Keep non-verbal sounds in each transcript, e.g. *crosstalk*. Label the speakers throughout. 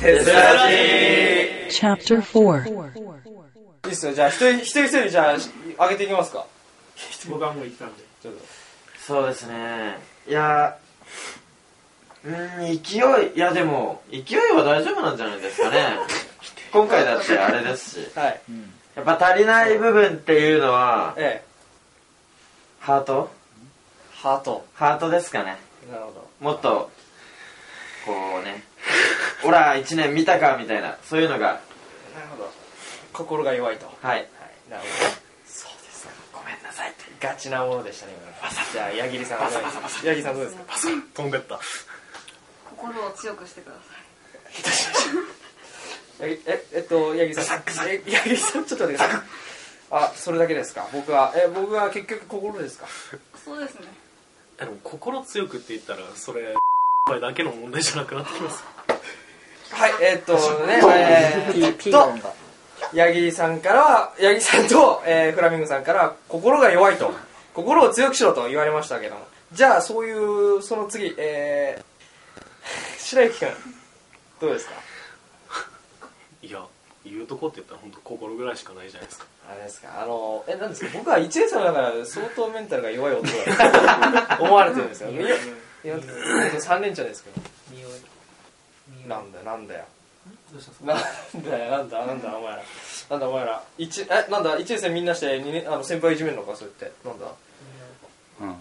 Speaker 1: 鉄ラジ
Speaker 2: Chapter 4
Speaker 1: いいっすよ、じゃあ、一人一人一人、じゃあ、上げていきますか。
Speaker 3: 僕はもう行ったんで。
Speaker 1: ちょっと。
Speaker 4: そうですねいやうーん勢いいやでも勢いは大丈夫なんじゃないです *laughs* かね今回だってあれですし
Speaker 1: はい。
Speaker 4: やっぱ足りない部分っていうのは
Speaker 1: ええ。
Speaker 4: ハート
Speaker 1: ハート。
Speaker 4: ハートですかね
Speaker 1: なるほど。
Speaker 4: もっとこうね「オラ1年見たか」みたいなそういうのが
Speaker 1: なるほど。心が弱いと。は
Speaker 4: はい
Speaker 1: い。なるほど。そうですか。ごめんなさい。ガチなものでしたね、今の。じゃあ、矢切さんはどうですか矢切さんどうですか
Speaker 3: とんがった。
Speaker 5: 心を強くしてくださ
Speaker 1: え、ええっと、八木さん。え八木さん、ちょっと待ってください。あ、それだけですか。僕は、え、僕は結局心ですか。
Speaker 5: いそうですね
Speaker 3: でも心強くって言ったら、それ、前だけの問題じゃなくなってきます。
Speaker 1: はい、えっとね、えー、えっと、八木さんからは、八木さんと、えーフラミンゴさんからは、心が弱いと、心を強くしろと言われましたけども。じゃあ、そういう、その次、えー、白雪くん、どうですか
Speaker 3: いや、言うとこって言ったら本当心ぐらいしかないじゃないですか。
Speaker 1: あれですか、あの、え、なんですか、僕は一年生の中で相当メンタルが弱い男だと思われてるんです *laughs* よ。いや、いや3連チャンですけど。なんだよ、なんだよ。なんだよ、なんだ、なんだ、お前ら。なんだ、お前ら。一、え、なんだ、一年生みんなして、二年、あの、先輩いじめるのか、それって。なんだ。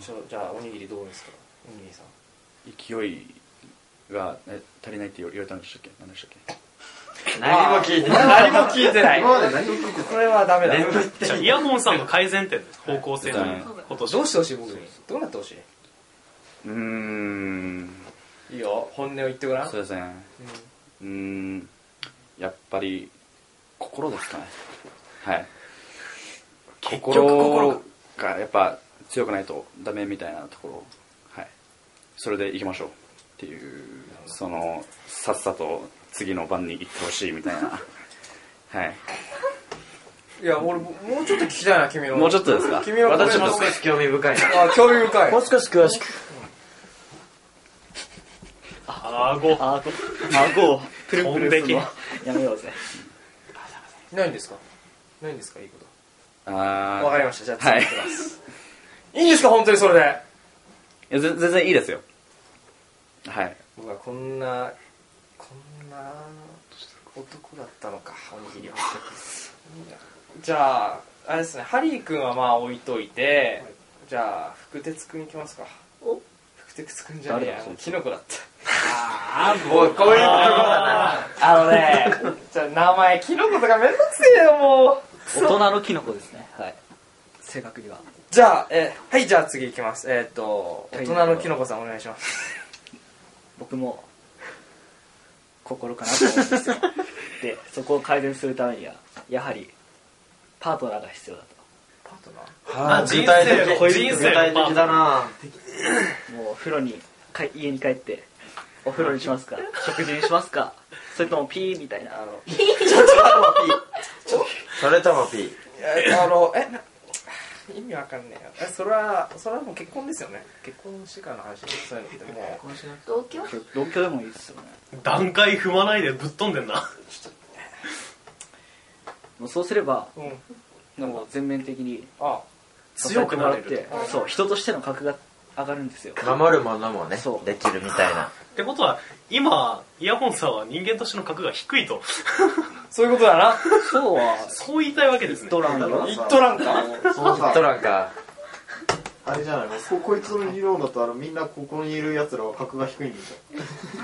Speaker 1: ちょ、じゃあ、おにぎりどうですかおにぎりさん。
Speaker 6: 勢いがえ足りないって言われたんでしたっけ何でしたっ
Speaker 4: 何も聞いてな
Speaker 1: 何
Speaker 4: い
Speaker 1: も聞いてない。これはダメだ。
Speaker 4: 眠って
Speaker 3: じゃあ、イヤモンさんの改善点です。方向性の今年。
Speaker 1: どうしてほしい、僕に。どうなってほし
Speaker 6: けうーん
Speaker 1: いいいよ、本音を言ってごらん。
Speaker 6: そうですねうーんやっぱり心ですかねはい
Speaker 3: 結局心が
Speaker 6: 心がやっぱ強くないとダメみたいなところはいそれでいきましょうっていうそのさっさと次の番に行ってほしいみたい *laughs* なはい
Speaker 1: いや、俺、もうちょっと聞きたいな、君の。
Speaker 6: もうちょっとですか
Speaker 1: 君はこれ
Speaker 4: 私も少し興味深いな
Speaker 1: あ、興味深い。
Speaker 7: もう少し詳しく
Speaker 3: あご。
Speaker 7: あご顎をプルンプルンするの
Speaker 3: 飛ん
Speaker 7: やめようぜ
Speaker 1: ないんですかないんですかいいこ
Speaker 6: あ
Speaker 1: と。
Speaker 6: ー
Speaker 1: わかりました。じゃあ、
Speaker 6: はい
Speaker 1: 次行きます。いいんですか本当にそれで。
Speaker 6: いやぜ全然いいですよはい
Speaker 1: 僕はこんな、こんな男だったのか、おにぎりは。じゃあ、あれですね、ハリー君はまあ置いといて、じゃあ、福鉄君いきますか。お福鉄君じゃねえや
Speaker 6: 誰だそい、つ
Speaker 1: キノコだった。
Speaker 4: おいこういうとこだ
Speaker 1: あのね、じゃあ名前、キノコとかめんどくせえよ、もう。
Speaker 7: 大人のキノコですねはい正確には
Speaker 1: じゃあ、えーはい、じゃあ次行きます。えーっ、と、大人のキノコさんお願いします。
Speaker 7: 僕も心かなと思うん *laughs* ですよでそこを改善するためにはやはりパートナーが必要だ
Speaker 1: パートナー
Speaker 4: な
Speaker 3: あ
Speaker 4: 具体的
Speaker 3: 人
Speaker 4: 具
Speaker 3: 生
Speaker 4: 体的だな
Speaker 7: ともうお風呂にか家に帰ってお風呂にします *laughs* か食事にしますかそれともピーみたいな
Speaker 1: あの、
Speaker 4: それとも P
Speaker 1: えあの、え、な意味わかんねえよ。え、それは、それはもう結婚ですよね。結婚してからの話ですそういうのってもう、
Speaker 5: 同居
Speaker 7: 同居でもいいですよね
Speaker 3: 段階踏まないでぶっ飛んでんな。
Speaker 7: もうそうすれば
Speaker 1: うん。
Speaker 7: もう全面的に
Speaker 1: あ、
Speaker 7: 支えてもらっ
Speaker 3: 強くなれ
Speaker 7: てそう人としての格が上がるんですよ
Speaker 4: 守るものもね
Speaker 7: そう
Speaker 4: できるみたいな
Speaker 3: ってことは、今、イヤホンさんは人間としての格が低いと、
Speaker 1: そういうことだな。
Speaker 7: そうは
Speaker 3: そう言いたいわけです
Speaker 7: *laughs*
Speaker 3: ね。
Speaker 7: ドラマ
Speaker 1: 一斗なんか。
Speaker 4: そうだトランか
Speaker 8: あれじゃないのここいつの理論だとあのみんなここにいる奴らは格が低いんでし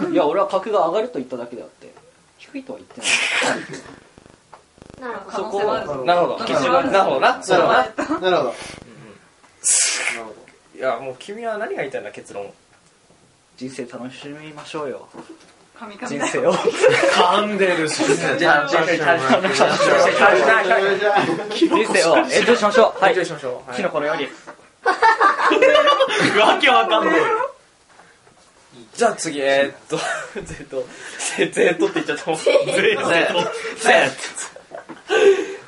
Speaker 8: ょ
Speaker 7: いや俺は格が上がると言っただけであって低いとは言ってない
Speaker 5: なるほど可
Speaker 7: そ
Speaker 5: 能
Speaker 7: こ
Speaker 5: 性はある
Speaker 7: は
Speaker 1: なるほど。
Speaker 8: 基準
Speaker 5: はある
Speaker 1: なるほどな。そうだな。
Speaker 8: なるほど
Speaker 1: いや、もう君は何が言いたいんだ、結論。
Speaker 7: 人生楽しみましょうよ
Speaker 5: 神々
Speaker 7: 人
Speaker 5: だ
Speaker 7: 生を
Speaker 3: 噛んでるし。
Speaker 4: じゃあじゃあじゃあじゃあじゃあ
Speaker 8: じゃあ
Speaker 7: 人生をエンジョイしましょうは
Speaker 1: はい、
Speaker 7: い
Speaker 1: 以上しましょう。はい
Speaker 7: キノコのように
Speaker 3: わけわかんない。
Speaker 1: じゃあ次、えー、っと、ゼット、ゼゼットって言っちゃったもん。
Speaker 3: ぜぜ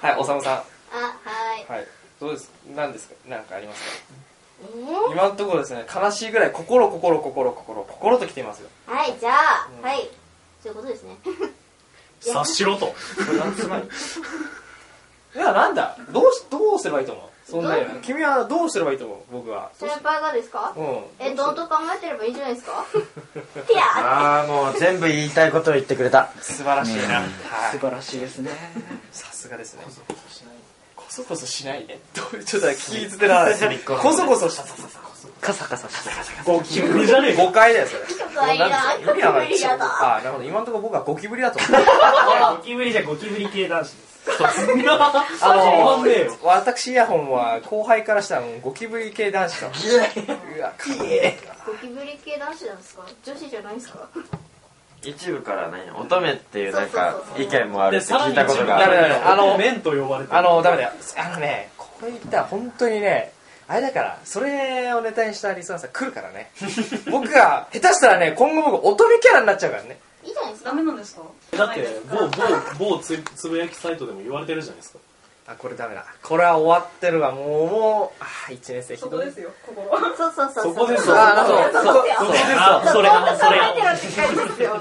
Speaker 1: はい、おさむさん。
Speaker 5: あはい
Speaker 1: はい。どうです何ですか何かありますか
Speaker 5: え
Speaker 1: 今のところですね、悲しいぐらい心、心、心、心、心と来ていますよ。 *laughs*
Speaker 5: ー、はいじゃあはいそういうことですね
Speaker 3: 察しろと。
Speaker 1: つまりいやなんだどうしどうすればいいと思うそんなよ君はどうすればいいと思う僕は
Speaker 5: 先輩がですか
Speaker 1: うん
Speaker 5: *laughs* え、どんと考えてればいいんじゃないで
Speaker 1: *laughs*
Speaker 5: すかピヤー
Speaker 4: ああもう全部言いたいことを言ってくれた
Speaker 1: 素晴らしいな、は
Speaker 7: 素
Speaker 1: い
Speaker 7: 晴らしいですね
Speaker 1: さすがですねこそこそしないねどうちょっと聞き捨てらないこそこそし
Speaker 7: カサカサして
Speaker 1: ゴキブリじゃねえ誤解だよそれ
Speaker 5: ゴキブリだ
Speaker 1: もうなんていうの意味わかんない
Speaker 5: ゴキブリ
Speaker 1: あなるほど今のところ僕はゴキブリだと思って
Speaker 2: ゴキブリじゃゴキブリ系男子です
Speaker 1: あの私イヤホンは後輩からしたらもうゴキブリ系男子だもんうわか
Speaker 5: ゴキブリ系男子なんですか女子じゃないんですか
Speaker 4: 一部からね乙女っていうなん
Speaker 5: そう
Speaker 4: か
Speaker 5: そうそう
Speaker 4: 意見もある
Speaker 3: で、
Speaker 4: って
Speaker 3: さら
Speaker 4: 聞
Speaker 3: に
Speaker 4: いたことが
Speaker 1: ダ
Speaker 4: あ
Speaker 1: メ
Speaker 4: る
Speaker 1: だダメだあの
Speaker 3: 面と呼ばれてる。
Speaker 1: あのダメだよあのねこれ言ったら本当にねあれだからそれをネタにしたリスナーさん来るから *laughs* ね僕が下手したらね今後僕乙女キャラになっちゃうからね
Speaker 5: いいじゃないですか
Speaker 2: ダメなんですか
Speaker 3: だって、某、某、某つつぶやきサイトでも言われてるじゃないですか。
Speaker 1: あこれダメだこれは終わってるわもうもうあ1年生ひどい
Speaker 2: よ心
Speaker 5: そうそうそ
Speaker 3: そ
Speaker 5: う
Speaker 3: こです
Speaker 1: あなるほど
Speaker 5: そうですよ
Speaker 3: あ、それ、それ。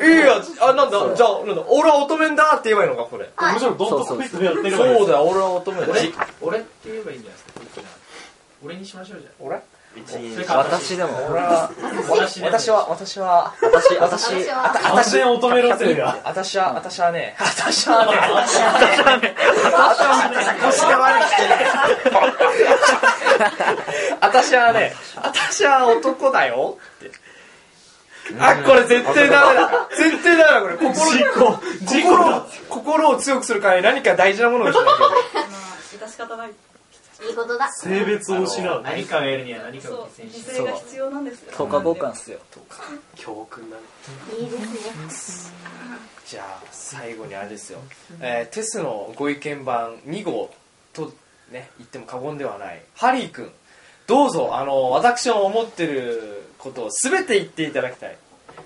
Speaker 1: いやいやあなんだじゃあなんだ俺は乙女だって言えばいいのかこれ
Speaker 3: もちろん、どんとコメントやってるわけ
Speaker 1: そうだ俺は乙女だ
Speaker 2: 俺俺って言えばいいんじゃないですかこっちな俺にしましょうじゃ
Speaker 1: 俺
Speaker 4: 一
Speaker 2: ん
Speaker 7: 私でも
Speaker 1: 俺は
Speaker 2: 私
Speaker 1: 私は私は
Speaker 7: 私
Speaker 5: 私
Speaker 7: 私
Speaker 5: は
Speaker 3: 完全乙女路線が。
Speaker 1: 私は私はね私はね
Speaker 4: 腰が悪くてね
Speaker 1: 私はね、私は男だよって。あ、これ絶対ダメだ。絶対ダメだ、これ。心を、心を、心を強くするから何か大事なものをしなきゃい
Speaker 2: 致し方ない
Speaker 5: いいことだ
Speaker 3: 性別を失う。
Speaker 2: 何かを得るには何か
Speaker 9: そう
Speaker 2: を犠牲し
Speaker 9: 犠牲が必要なんですよ
Speaker 7: 10日交換っすよ
Speaker 3: 教訓だね。
Speaker 5: いいですね
Speaker 1: じゃあ、最後にあれですよ。えーテスのご意見版2号とね、言っても過言ではない、ハリー君、どうぞ、あの、私の思ってることを全て言っていただきたい。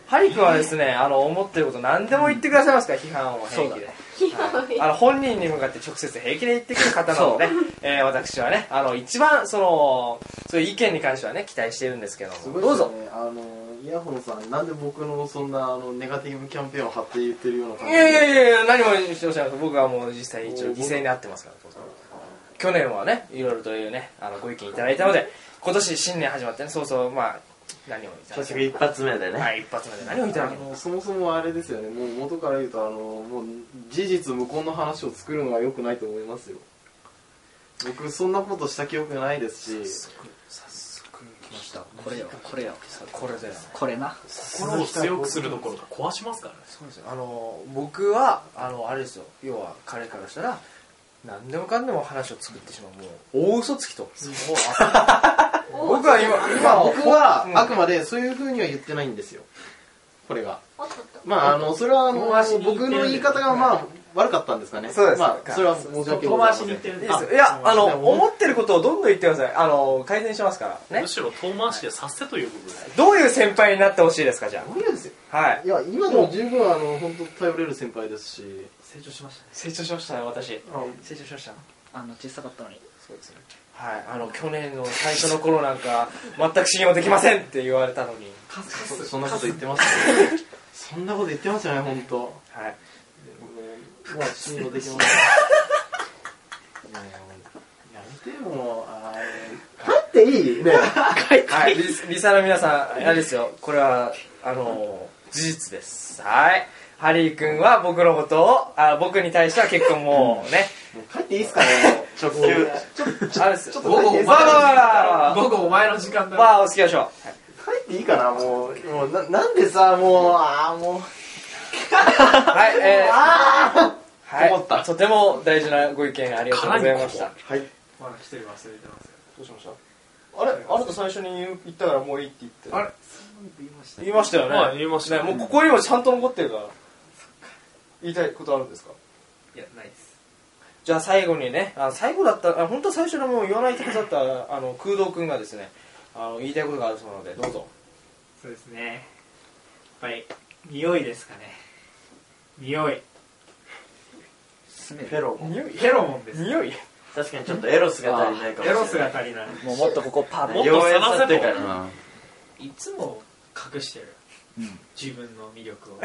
Speaker 1: ハリー君はですね、あの、思ってること何でも言ってくださいますから、批判を平気で。あの本人に向かって直接平気で言ってくる方なので、えー私はねあの一番そのそういう意見に関してはね期待しているんですけど
Speaker 8: す
Speaker 1: も
Speaker 8: ごい
Speaker 1: ど
Speaker 8: で
Speaker 1: う
Speaker 8: す
Speaker 1: ぞ
Speaker 8: ねあのイヤホンさんなんで僕のそんなあのネガティブキャンペーンを張って言ってるような感
Speaker 1: い
Speaker 8: じ
Speaker 1: やいやいや何もしておっしゃいます僕はもう実際に一応犠牲になってますから去年はねいろいろというねあのご意見いただいたので今年新年始まってねそうそうまあ何をいただ
Speaker 4: 結
Speaker 1: け
Speaker 4: 局一発目でね
Speaker 1: はい一発目で何をいた
Speaker 8: あ
Speaker 1: だけ
Speaker 8: のそもそもあれですよねもう元から言うとあのもう事実無根の話を作るのは良くないと思いますよ僕そんなことした記憶ないですし
Speaker 7: これよこれよ
Speaker 1: これで
Speaker 7: これな
Speaker 3: 心を強くするどころか壊しますからね。
Speaker 1: そうですよあの僕はあのあれですよ要は彼からしたら何でもかんでも話を作ってしまうもう大嘘つきと僕は今今
Speaker 8: まあ
Speaker 1: は
Speaker 8: 僕は
Speaker 1: うん
Speaker 8: あくまでそういうふうには言ってないんですよこれが
Speaker 5: おっとっと
Speaker 8: まああのそれはあの
Speaker 3: 遠回しに言ってる
Speaker 8: 僕の言い方がまあ悪かったんですかね
Speaker 1: そうです
Speaker 8: まあそれは申し訳ござい
Speaker 2: 遠
Speaker 8: ま
Speaker 2: 回
Speaker 8: せ
Speaker 2: しに
Speaker 8: ん
Speaker 2: 言ってる
Speaker 1: い
Speaker 2: ん
Speaker 1: い
Speaker 2: で
Speaker 1: ですよいやあの思ってることをどんどん言ってくださいあの改善しますからね
Speaker 3: むしろ遠回しで察せということです。
Speaker 1: どういう先輩になってほしいですかじゃ
Speaker 8: 無理ですよ
Speaker 1: あはい
Speaker 8: いや今でも十分あの本当頼れる先輩ですし
Speaker 2: 成長しましたね
Speaker 1: 成長しましたね私
Speaker 8: あの
Speaker 1: 成長しました
Speaker 7: あの小さかったのに
Speaker 1: はいあの去年の最初の頃なんか全く信用できませんって言われたのに
Speaker 8: そそんなこと言ってますよねそんなこと言ってますよね本当。
Speaker 1: はい
Speaker 8: まあ信用できますいやいやもうやめてもうあれ帰っていいね
Speaker 1: はい、リスリサの皆さん、あれですよ、これは、あのー事実です。はい。ハリー君は僕のことを、あ僕に対しては結構もうね、
Speaker 8: もう帰っていいっすかね直球
Speaker 1: あれです
Speaker 8: ちょ
Speaker 1: よ
Speaker 8: っ。と帰っていいっす
Speaker 1: まあまあまあまあまあ
Speaker 2: 午後お前の時間だ
Speaker 1: まあ、お付き合いしょう。
Speaker 8: 帰っていいかなもうもうななんでさもうああもう
Speaker 1: はい、えー、
Speaker 8: 困っ
Speaker 1: は
Speaker 8: た
Speaker 1: い、とても大事なご意見ありがとうございました。
Speaker 8: はい
Speaker 2: まだ一人忘れてますよ
Speaker 1: どうしましたあれあなた最初に言う言ったからもういいって言って。
Speaker 2: あれ
Speaker 1: 言いましたよね。
Speaker 3: まあ、言いました
Speaker 1: ね、もうここにもちゃんと残ってるから。言いたいことあるんですか
Speaker 2: いやないです
Speaker 1: じゃあ最後にね、あ最後だった、あ本当は最初のもう言わないってくださったあの空洞くんがですね、あの言いたいことがあるそうなので、どうぞ。
Speaker 2: そうですねやっぱり匂いですかね匂い
Speaker 4: フェロモン
Speaker 1: 匂い
Speaker 2: フェロモンです
Speaker 1: 匂い
Speaker 4: 確かにちょっとエロスが足りないか
Speaker 2: エ
Speaker 4: もしれない
Speaker 2: ロスが足りない
Speaker 7: もうもっとここパー
Speaker 3: もっ
Speaker 7: で
Speaker 3: と
Speaker 4: 妖艶さっていう
Speaker 3: 探
Speaker 4: か
Speaker 3: せ
Speaker 4: ら
Speaker 6: うん
Speaker 2: いつも隠してる自分の魅力を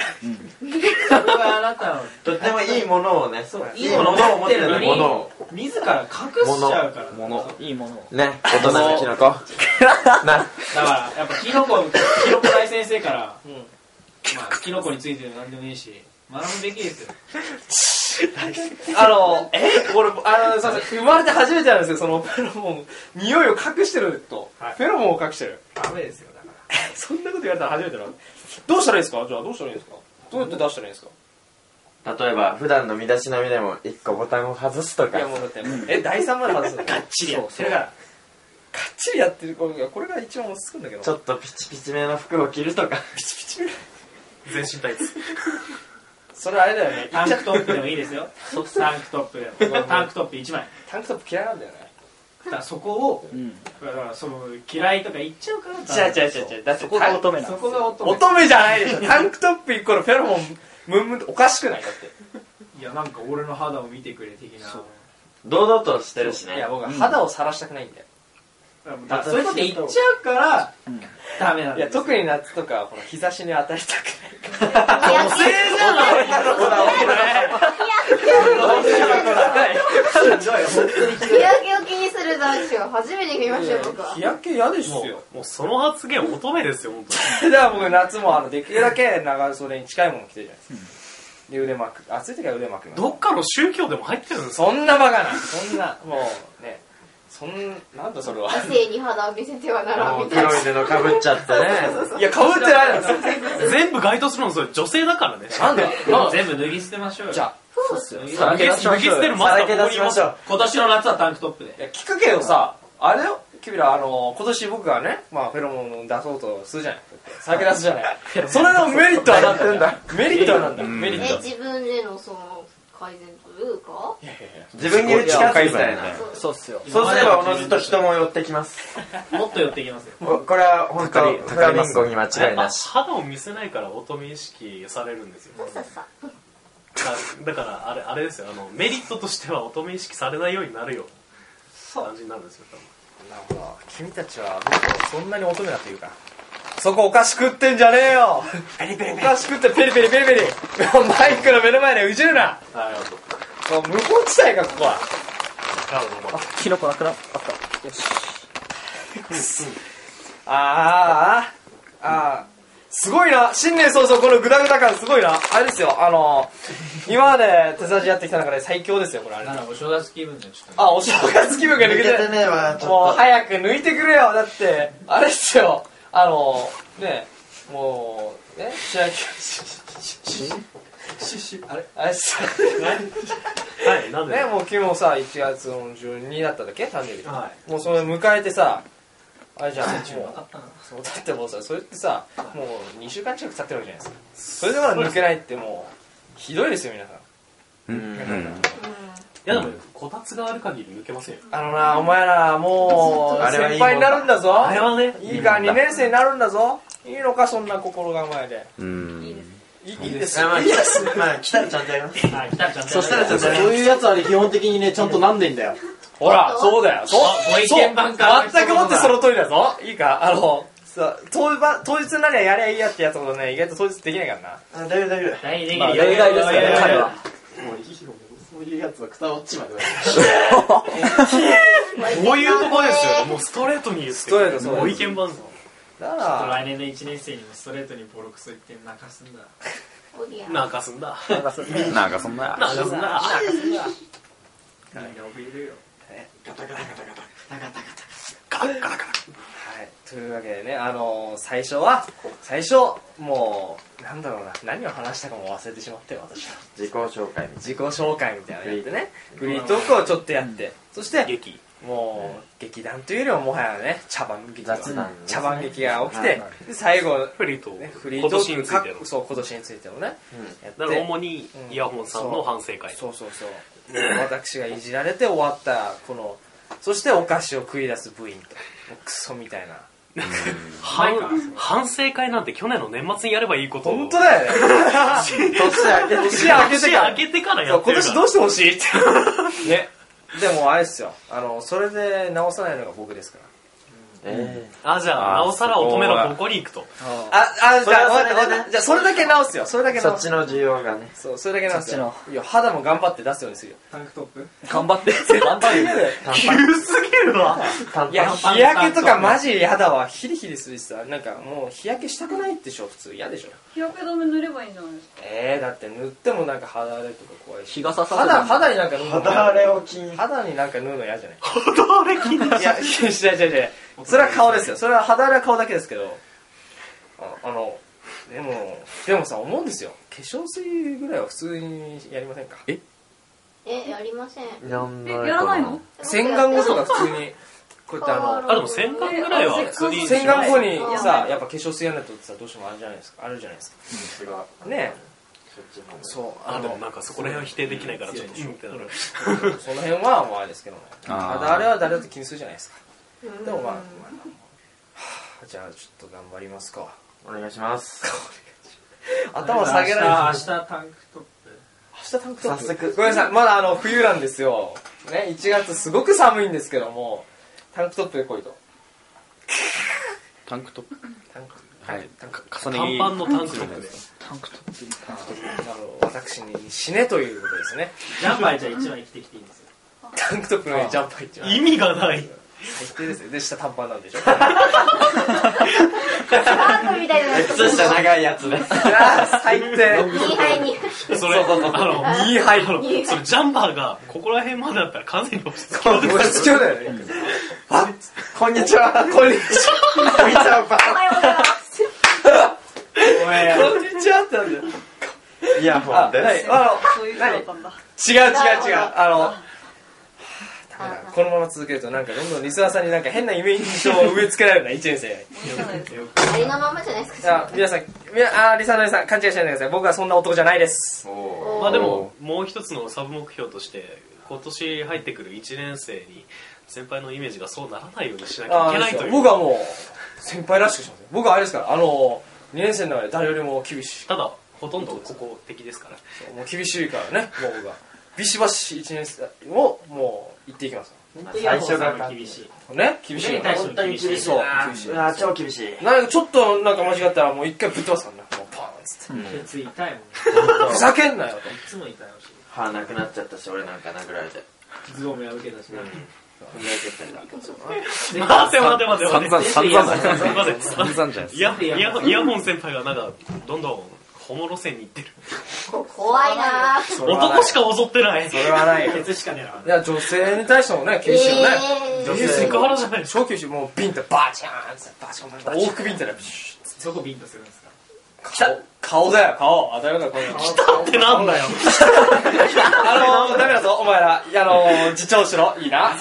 Speaker 7: うん
Speaker 2: そこがあなたを
Speaker 4: とってもいいものをね
Speaker 2: そう
Speaker 4: いいものを持ってるのに
Speaker 2: いいも
Speaker 4: も
Speaker 2: の
Speaker 4: の
Speaker 2: を
Speaker 4: を
Speaker 2: 自ら隠しちゃうから
Speaker 4: もの
Speaker 7: いいものを
Speaker 4: ね大人のキノコ
Speaker 2: だ
Speaker 4: な
Speaker 2: からやっぱキノコキノコ大先生から、
Speaker 1: ん
Speaker 2: まあ、キノコについてる何でもいいし学ぶべきですよ
Speaker 1: あの、え俺、あの、すいません、生まれて初めてなんですよ、そのフェロモン、匂いを隠してると。
Speaker 2: はい
Speaker 1: フェロモンを隠してる。
Speaker 2: ダメですよだか
Speaker 1: *laughs* そんなこと言われたら初めてなの。どうしたらいいですかじゃあ、どうしたらいいんですかどうやって出したらいいんですか
Speaker 4: 例えば普段の身だしなみでも一個ボタンを外すと
Speaker 1: い
Speaker 4: か
Speaker 1: や、もうだって、え、第3まで外すのがっ
Speaker 7: チリやって
Speaker 2: らだから
Speaker 1: ちりやってる子が、これが一番落ち着くんだけど。
Speaker 4: ちょっとピチピチめの服を着るとか
Speaker 1: ピチピチぐらい。
Speaker 3: 全身タイツ。
Speaker 1: それあれだよね。
Speaker 2: タンクトップでもいいですよタンクトップでもタンクトップ1枚
Speaker 1: タンクトップ嫌いなんだよね。
Speaker 2: だからそこを
Speaker 7: うん
Speaker 2: だからその嫌いとか言っちゃうから
Speaker 1: 違う違う違う。だって
Speaker 7: そこが乙女なん
Speaker 2: そ
Speaker 7: です
Speaker 2: こが
Speaker 7: よ
Speaker 2: 乙女
Speaker 1: 乙女じゃないでしょ。 *laughs* タンクトップ一個のフェロモン、ムンムンっておかしくないだっ
Speaker 2: いやなんか俺の肌を見てくれ的な
Speaker 1: そう。
Speaker 4: 堂々としてるして
Speaker 1: い
Speaker 4: ね
Speaker 1: や、僕は肌を晒したくないんだよ。
Speaker 2: だからそういうこと言っちゃうから
Speaker 7: うん
Speaker 2: ダメなん
Speaker 1: い
Speaker 2: です
Speaker 1: や、特に夏とかは、ほら、日差しに当たりたくない。
Speaker 5: 女性じゃない日焼けを気にする男子を初めて見ましたよ僕は
Speaker 1: 日焼け嫌です
Speaker 3: も
Speaker 1: よ。
Speaker 3: う、もうその発言乙女ですよ、本当
Speaker 1: *laughs*
Speaker 3: に。
Speaker 1: だから僕夏もあのできるだけ長袖に近いもの着てるじゃないですか、で腕巻く暑い時は腕巻くの
Speaker 3: どっかの宗教でも入ってるんですか
Speaker 1: そんなバカなそんなもうねそんなんだそれは
Speaker 5: 異性に肌を見せてはなら
Speaker 4: も
Speaker 5: んみ
Speaker 4: う
Speaker 5: たいな
Speaker 4: 黒い布かぶっちゃってね
Speaker 1: いやかぶってないの
Speaker 3: *laughs* 全部該当するのそれ女性だからね。
Speaker 1: なんだ
Speaker 2: もう *laughs* 全部脱ぎ捨てましょうよ
Speaker 1: じゃあ
Speaker 5: そうっすよ
Speaker 2: 脱ぎ
Speaker 4: さらけ出しましょう
Speaker 3: 脱ぎ捨てる
Speaker 4: よ
Speaker 3: マス
Speaker 4: さ
Speaker 3: タ
Speaker 4: ら
Speaker 3: ー
Speaker 4: け出しましょう
Speaker 2: 今年の夏はタンクトップで
Speaker 1: いや聞くけどさあれよ君らあの今年僕がね、まあ、フェロモンを出そうとするじゃない酒出すじゃないそれのメリットはなんだメリットはなんだメリット
Speaker 5: え自分でのその改善というか
Speaker 4: 自分に打ち勝つみたいな
Speaker 7: そうっすよ
Speaker 4: そうすればおのずと人も寄ってきます
Speaker 2: もっと寄っていきますよ
Speaker 4: おこれは本当に
Speaker 6: かか
Speaker 4: 高
Speaker 6: ります
Speaker 4: ンゴに間違い
Speaker 3: やっぱ
Speaker 4: なし
Speaker 3: 肌を見せないから乙女意識されるんですよ。
Speaker 5: ささ
Speaker 3: だだから、あれ、あれですよ、あの、メリットとしては乙女意識されないようになるよ。感じになるんですよ、多分
Speaker 1: なるほど君たちは僕をそんなに乙女だというかそこお菓子食ってんじゃねえよお菓子食ってペリペリペリペリマイクの目の前でうじるな
Speaker 3: なるほど。
Speaker 1: そう無法地帯かここは
Speaker 3: なるほど、まあ
Speaker 7: キノコなくなったよし
Speaker 1: あーあーあーすごいな新年早々このグダグダ感すごいなあれですよあの今まで手差しやってきた中で最強ですよこれあれ
Speaker 2: ならお正月気分でちょっと
Speaker 1: あお正月気分が抜
Speaker 4: 抜
Speaker 1: け
Speaker 4: け
Speaker 1: て
Speaker 4: てねえわち
Speaker 1: も
Speaker 4: ょ
Speaker 1: う
Speaker 4: っ
Speaker 1: 早く抜いてくれよだってあれっすよあのねもうね白
Speaker 2: *laughs*
Speaker 1: 木あれあれっす
Speaker 3: はい、なん
Speaker 1: よ
Speaker 3: で
Speaker 1: ねもう君もさ1月の12だっただっけ誕生日
Speaker 3: は
Speaker 1: もうそれ迎えてさあれじゃんもうそうだってもうさそれってさもう2週間近く経ってるわけじゃないですかそれでまだ抜けないってもうひどいですよ皆さん
Speaker 4: とうん
Speaker 5: う
Speaker 3: いやでも、こたつがある限り抜けませんよ。
Speaker 1: あのなお前らもう
Speaker 4: あれは
Speaker 1: 先
Speaker 4: いいもんだ
Speaker 1: 輩になるんだぞ
Speaker 3: あれはね、
Speaker 1: いいか2年生になるんだぞいいのかそんな心構えで
Speaker 6: うん
Speaker 5: んいいです
Speaker 1: いいです
Speaker 4: あまあ
Speaker 1: いいです
Speaker 4: まあ来たらちゃんとやります
Speaker 2: あ来たちゃん
Speaker 4: そしたらちょっと
Speaker 8: そういうやつはね、基本的にね、ちゃんとなんでんだよ。
Speaker 1: ほらそうだよそう
Speaker 2: あご意見番から
Speaker 1: そう全くもってその通りだぞいいかあのさ当番当日になりゃやりゃいいやってやつほどね意外と当日できないからな
Speaker 4: あ大丈夫大丈
Speaker 2: 大
Speaker 1: まあ
Speaker 2: 大
Speaker 1: 例外ですからね彼は
Speaker 8: もういいよ、そういうやつはくたばっちまでだよ。
Speaker 5: ん
Speaker 3: こういうとこですよ、もうストレートに言って。ス
Speaker 1: トレートそうです
Speaker 3: ご意見番組。
Speaker 1: だから
Speaker 2: 来年の1年生にもストレートにボロクソ言って泣かすんだ
Speaker 5: おりゃ
Speaker 3: なんかすんだ。
Speaker 7: なんかそれ
Speaker 6: なんかそんな
Speaker 3: なんかすんだ。
Speaker 2: みんな怯えるよ
Speaker 1: はい、というわけでね、あのー最初は、最初、もう、なんだろうな、何を話したかも忘れてしまって、私は。
Speaker 4: 夫自己紹介み
Speaker 1: 自己紹介みたいなのやってね、フリートークをちょっとやって、そして、
Speaker 3: 劇。
Speaker 1: もう、劇団というよりももはやね、茶番劇が、
Speaker 4: 雑談ですね
Speaker 1: 茶番劇が起き
Speaker 4: はい
Speaker 1: て、で最後、
Speaker 3: フリーと、
Speaker 1: ね、フリー
Speaker 3: 今
Speaker 1: トーク
Speaker 3: 年についての
Speaker 1: か。そう、今年についてのね、やって
Speaker 3: だから主にイヤホンさんの反省会
Speaker 1: そうそうそう。もう私がいじられて終わった、この、そしてお菓子を食い出す部員と、もうクソみたいな。
Speaker 3: 反反省会なんて去年の年末にやればいいことを
Speaker 1: 本当 *laughs* だよね。
Speaker 4: たいな年明けて
Speaker 1: 年明けて
Speaker 3: 年
Speaker 1: から
Speaker 3: 明。けてからや
Speaker 1: そう
Speaker 3: って
Speaker 1: 今年
Speaker 3: るか
Speaker 1: ど
Speaker 3: ら
Speaker 1: うしてほしいって *laughs* ねでもあれですよあのそれで直さないのが僕ですから
Speaker 4: ええ
Speaker 3: あ、じゃあ、
Speaker 6: あ
Speaker 3: な
Speaker 6: ー
Speaker 3: おさら乙女のここに行くと。
Speaker 7: ああ
Speaker 1: あ、あ、
Speaker 4: そ
Speaker 1: じ
Speaker 4: れ
Speaker 1: ゃあ、
Speaker 4: は
Speaker 1: わかっ
Speaker 4: それ
Speaker 1: た
Speaker 4: でね
Speaker 1: わかったじゃあ、それだけ直すよ。それだけ
Speaker 4: そ
Speaker 1: 直
Speaker 4: っ
Speaker 1: す
Speaker 4: ち。の需要がね
Speaker 1: そう、それだけ直す
Speaker 7: そっ
Speaker 1: よ
Speaker 7: ち。
Speaker 1: いや、肌も頑張って出すようにするよ。
Speaker 2: タンクトップ
Speaker 7: 頑張って頑張
Speaker 1: いや
Speaker 7: る
Speaker 3: 急すぎるわ。
Speaker 4: 単
Speaker 1: いや、
Speaker 2: パンパン
Speaker 1: 日焼けとかマジやだわ。ヒリヒリするしさ、なんかもう日焼けしたくないでしょ、普通。嫌でしょ。
Speaker 9: 日焼け止め塗ればいいんじゃないですか
Speaker 1: えー、だって塗ってもなんか肌荒れとか怖いし。
Speaker 7: 日がささって
Speaker 1: 肌、肌になんか塗るの
Speaker 4: 肌荒れを気に
Speaker 1: 肌になんか塗るの嫌じゃない肌荒れ気にいや、違う違う違う。それは顔ですよ。それは肌荒れは顔だけですけど。ああの、でも、でもさ、思うんですよ。化粧水ぐらいは普通にやりませんか
Speaker 5: え、やりません。
Speaker 4: やん
Speaker 9: え
Speaker 4: ないか
Speaker 9: やらないの
Speaker 1: 洗顔後とか普通に、こうやってあの、
Speaker 3: あ、でも洗顔ぐらいは普通に。
Speaker 1: 洗顔後に
Speaker 5: い
Speaker 1: さやっぱ化粧水やらないとさどうしてもあるじゃないですかあるじゃないですか
Speaker 4: そっちの
Speaker 1: ね
Speaker 4: 方が
Speaker 1: そうあ
Speaker 3: あ、でも
Speaker 1: の
Speaker 3: なんかそこら辺は否定できないから、ちょっとシュンってなる。
Speaker 1: その辺はもうあれですけども
Speaker 6: あー
Speaker 1: ああれは誰だって気にするじゃないですか
Speaker 5: うん
Speaker 1: でもまあ、まあまあはあじゃあちょっと頑張りますか
Speaker 4: お願いします
Speaker 1: 頭下げられ
Speaker 2: 明
Speaker 1: る
Speaker 2: 日明日タンクトッ
Speaker 1: 明日タンクトップ
Speaker 4: 早速
Speaker 1: ごめんなさいまだあの冬なんですよね1月すごく寒いんですけどもタンクトップで来いと
Speaker 6: タンクトップ
Speaker 1: タンク
Speaker 6: はい
Speaker 1: タンク
Speaker 6: 重ね
Speaker 3: 短
Speaker 6: 着
Speaker 3: パンのタンクトップで。
Speaker 7: タンクトップにタンクトップ
Speaker 1: あの私に死ねということですね
Speaker 2: プジャンパーじゃあ一枚着てきていいんですよ
Speaker 1: タンクトップの上にジャンパー一枚
Speaker 3: 意味がない。
Speaker 1: 最低ですよで下短パンなんでしょ
Speaker 5: パークみたいなやつ。
Speaker 4: 靴下長いやつです
Speaker 1: 最低 *laughs*
Speaker 5: 二杯に。
Speaker 3: それ、あの、
Speaker 1: いい配慮
Speaker 5: 二
Speaker 3: そ
Speaker 5: 杯
Speaker 3: れジャンパーが、ここら辺までだったら完全に落ち着く。
Speaker 1: 押し付けだよね
Speaker 4: こんにちはこんにちはみちゃんぱ
Speaker 5: おはようございます。
Speaker 2: お前
Speaker 1: こんにちはってなんだよ
Speaker 4: イヤホン
Speaker 1: あ
Speaker 4: です
Speaker 1: あ
Speaker 9: そういう人だったんだ
Speaker 1: の違う違う違うあのはあダメ
Speaker 5: あ
Speaker 1: だこのまま続けるとなんかどんどんリスナーさんになんか変なイメージを植え付けられるな1年生に
Speaker 9: いいじゃないですか
Speaker 5: ありのままじゃないです
Speaker 1: じゃあ
Speaker 5: か。
Speaker 1: 皆さんみなあーリスナーの皆さん勘違いしないでください僕はそんな男じゃないです
Speaker 4: おー
Speaker 3: まあでも、もう一つのサブ目標として、今年入ってくる1年生に、先輩のイメージがそうならないようにしなきゃ
Speaker 1: あ
Speaker 3: いけ
Speaker 1: ー
Speaker 3: ないという。
Speaker 1: 僕はもう先輩らしくしますよ僕はあれですからあの2年生の中で誰よりも厳しい
Speaker 3: ただ、ほとんどここ的ですから。
Speaker 1: もう厳しいからねもう僕はビシバシ1年生をもう言っていきます
Speaker 4: 最初が
Speaker 2: が厳しい
Speaker 1: ね厳し
Speaker 2: 腕
Speaker 1: い
Speaker 2: に
Speaker 1: から
Speaker 2: 対しても厳しい
Speaker 1: そう
Speaker 2: な
Speaker 4: うわ超厳しい
Speaker 1: なんかちょっとなんか間違ったらもう一回ぶっ飛ばすからねもうパーンっつって
Speaker 2: ケツ痛いもんね
Speaker 1: ふざけんなよと
Speaker 2: いつも痛いし
Speaker 4: 歯なくなっちゃったし俺なんか殴られて
Speaker 2: ズボンも破けたしな
Speaker 4: ふんだけてんだ
Speaker 3: 待て待て待て
Speaker 6: 散
Speaker 3: 待て
Speaker 6: 々散々だね
Speaker 3: 待て。
Speaker 6: 散々じゃないです
Speaker 3: イヤイヤイヤホン先輩がなんかどんどんホモ路線に行ってる
Speaker 5: こ怖いなぁ。
Speaker 1: それはない
Speaker 3: 男しか襲ってない
Speaker 1: それはないよ
Speaker 2: ケ
Speaker 1: い
Speaker 2: ツしか狙わない
Speaker 1: や女性に対してもね
Speaker 5: え
Speaker 1: 厳しいよね、
Speaker 5: え
Speaker 1: 女
Speaker 3: えセ
Speaker 1: 性
Speaker 3: クハラじゃないですか
Speaker 1: 超厳しいもうビンってバチャーンっつってバチコンバチコン往復ビンってねピシュッ
Speaker 2: どこビンタするんですか
Speaker 1: 顔だよ顔当たり前だこんなの
Speaker 3: ってなんだよ
Speaker 1: あのー、ダメだぞお前らあのー、自重しろいい *laughs* な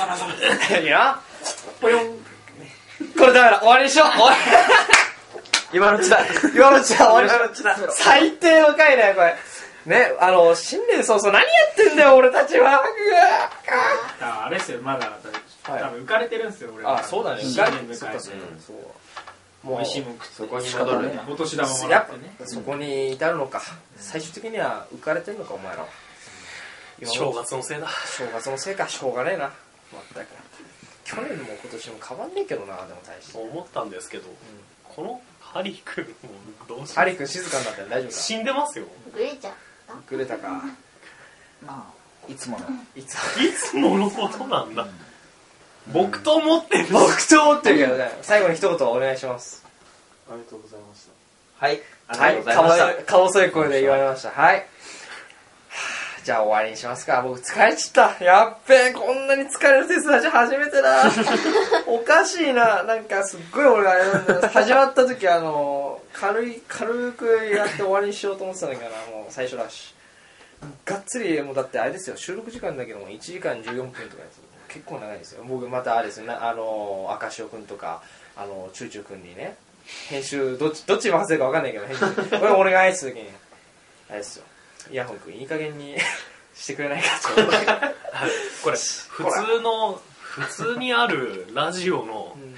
Speaker 1: いいなぽよんこれダメだ終わりにしよう終わり
Speaker 4: 今のうちだ
Speaker 1: *laughs* 今のうちは終わりにしよう
Speaker 4: 今のうちだ
Speaker 1: 最低若いねこれねあの新年早々何やってんだよ俺たちは
Speaker 2: だからあれですよまだ
Speaker 1: はい
Speaker 2: 多分浮かれてるんですよ俺
Speaker 1: あそうだね
Speaker 2: 新
Speaker 1: が
Speaker 2: 年
Speaker 1: そ
Speaker 2: 迎
Speaker 1: っ
Speaker 2: え
Speaker 1: か
Speaker 2: て
Speaker 1: そっかそう
Speaker 2: 美
Speaker 1: もう
Speaker 2: 味しいもん食って
Speaker 4: そこに戻る
Speaker 2: お年玉もら
Speaker 1: や
Speaker 2: っ
Speaker 1: って
Speaker 2: ね
Speaker 1: ぱそこに至るのか最終的には浮かれてんのかお前らは今
Speaker 3: 正月のせいだ
Speaker 1: 正月のせいかしょうがねえな全く去年も今年も変わんねえけどなでも大して
Speaker 3: 思ったんですけどこのハリー君もうどうし
Speaker 1: ハリー君静かになったら大丈夫
Speaker 3: 死んでますよ
Speaker 5: グレちゃん。
Speaker 1: かくれたか
Speaker 7: まあいつもの
Speaker 1: いつ
Speaker 3: いつものことなんだ僕と思ってる
Speaker 1: 僕と思ってるけどね最後に一言お願いします
Speaker 8: ありがとうございました
Speaker 4: はい
Speaker 1: はい顔そ顔そい声で言われましたはいはあじゃあ終わりにしますか僕疲れちったやっべえこんなに疲れるテスラじゃ初めて
Speaker 8: *laughs*
Speaker 1: だおかしいななんかすっごい俺あれなんだよ始まった時あの軽い軽くやって終わりにしようと思ってたんだけどなもう最初だしがっつりもうだってあれですよ収録時間だけども1時間14分とかやつ結構長いですよ僕またあれですよなあの赤潮くんとかあのチューチューくんにね編集どっちどっちに任せるか分かんないけど編集これお願いした時にあれですよイヤホンくんいい加減に *laughs* してくれないかと
Speaker 3: これ普通の普通にあるラジオの
Speaker 1: うん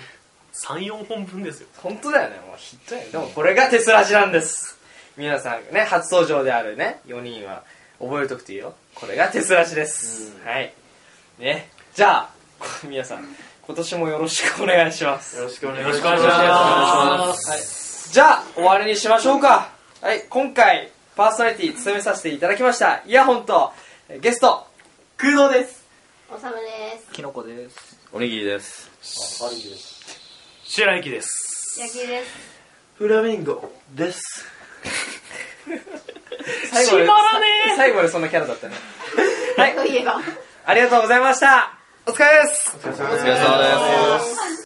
Speaker 3: 34本分ですよ
Speaker 1: 本当だよねもうひどいねでもこれがテスラジなんです皆さんね初登場であるね4人は覚えとく *laughs* といいよこれがテスラジです、はいねじゃあこ皆さん今年もよろしくお願いします。
Speaker 4: ろしくお願
Speaker 3: よろ
Speaker 4: い
Speaker 3: し
Speaker 4: し
Speaker 3: くお願いし
Speaker 4: ま。
Speaker 3: ますす。
Speaker 1: じゃあ、終わりにしましょうか。はい、今回、パーソナリティ務めさせていただきました、イヤホンと、えゲスト、空洞です。
Speaker 5: おさむです。
Speaker 7: キノコです。
Speaker 6: おにぎりです。
Speaker 3: 白雪です。
Speaker 5: 野球です。
Speaker 4: フラミンゴです。
Speaker 1: 最後まで、最後までそんなキャラだったね。
Speaker 5: といえば。
Speaker 1: ありがとうございました。お疲れです。
Speaker 4: お疲れ様です。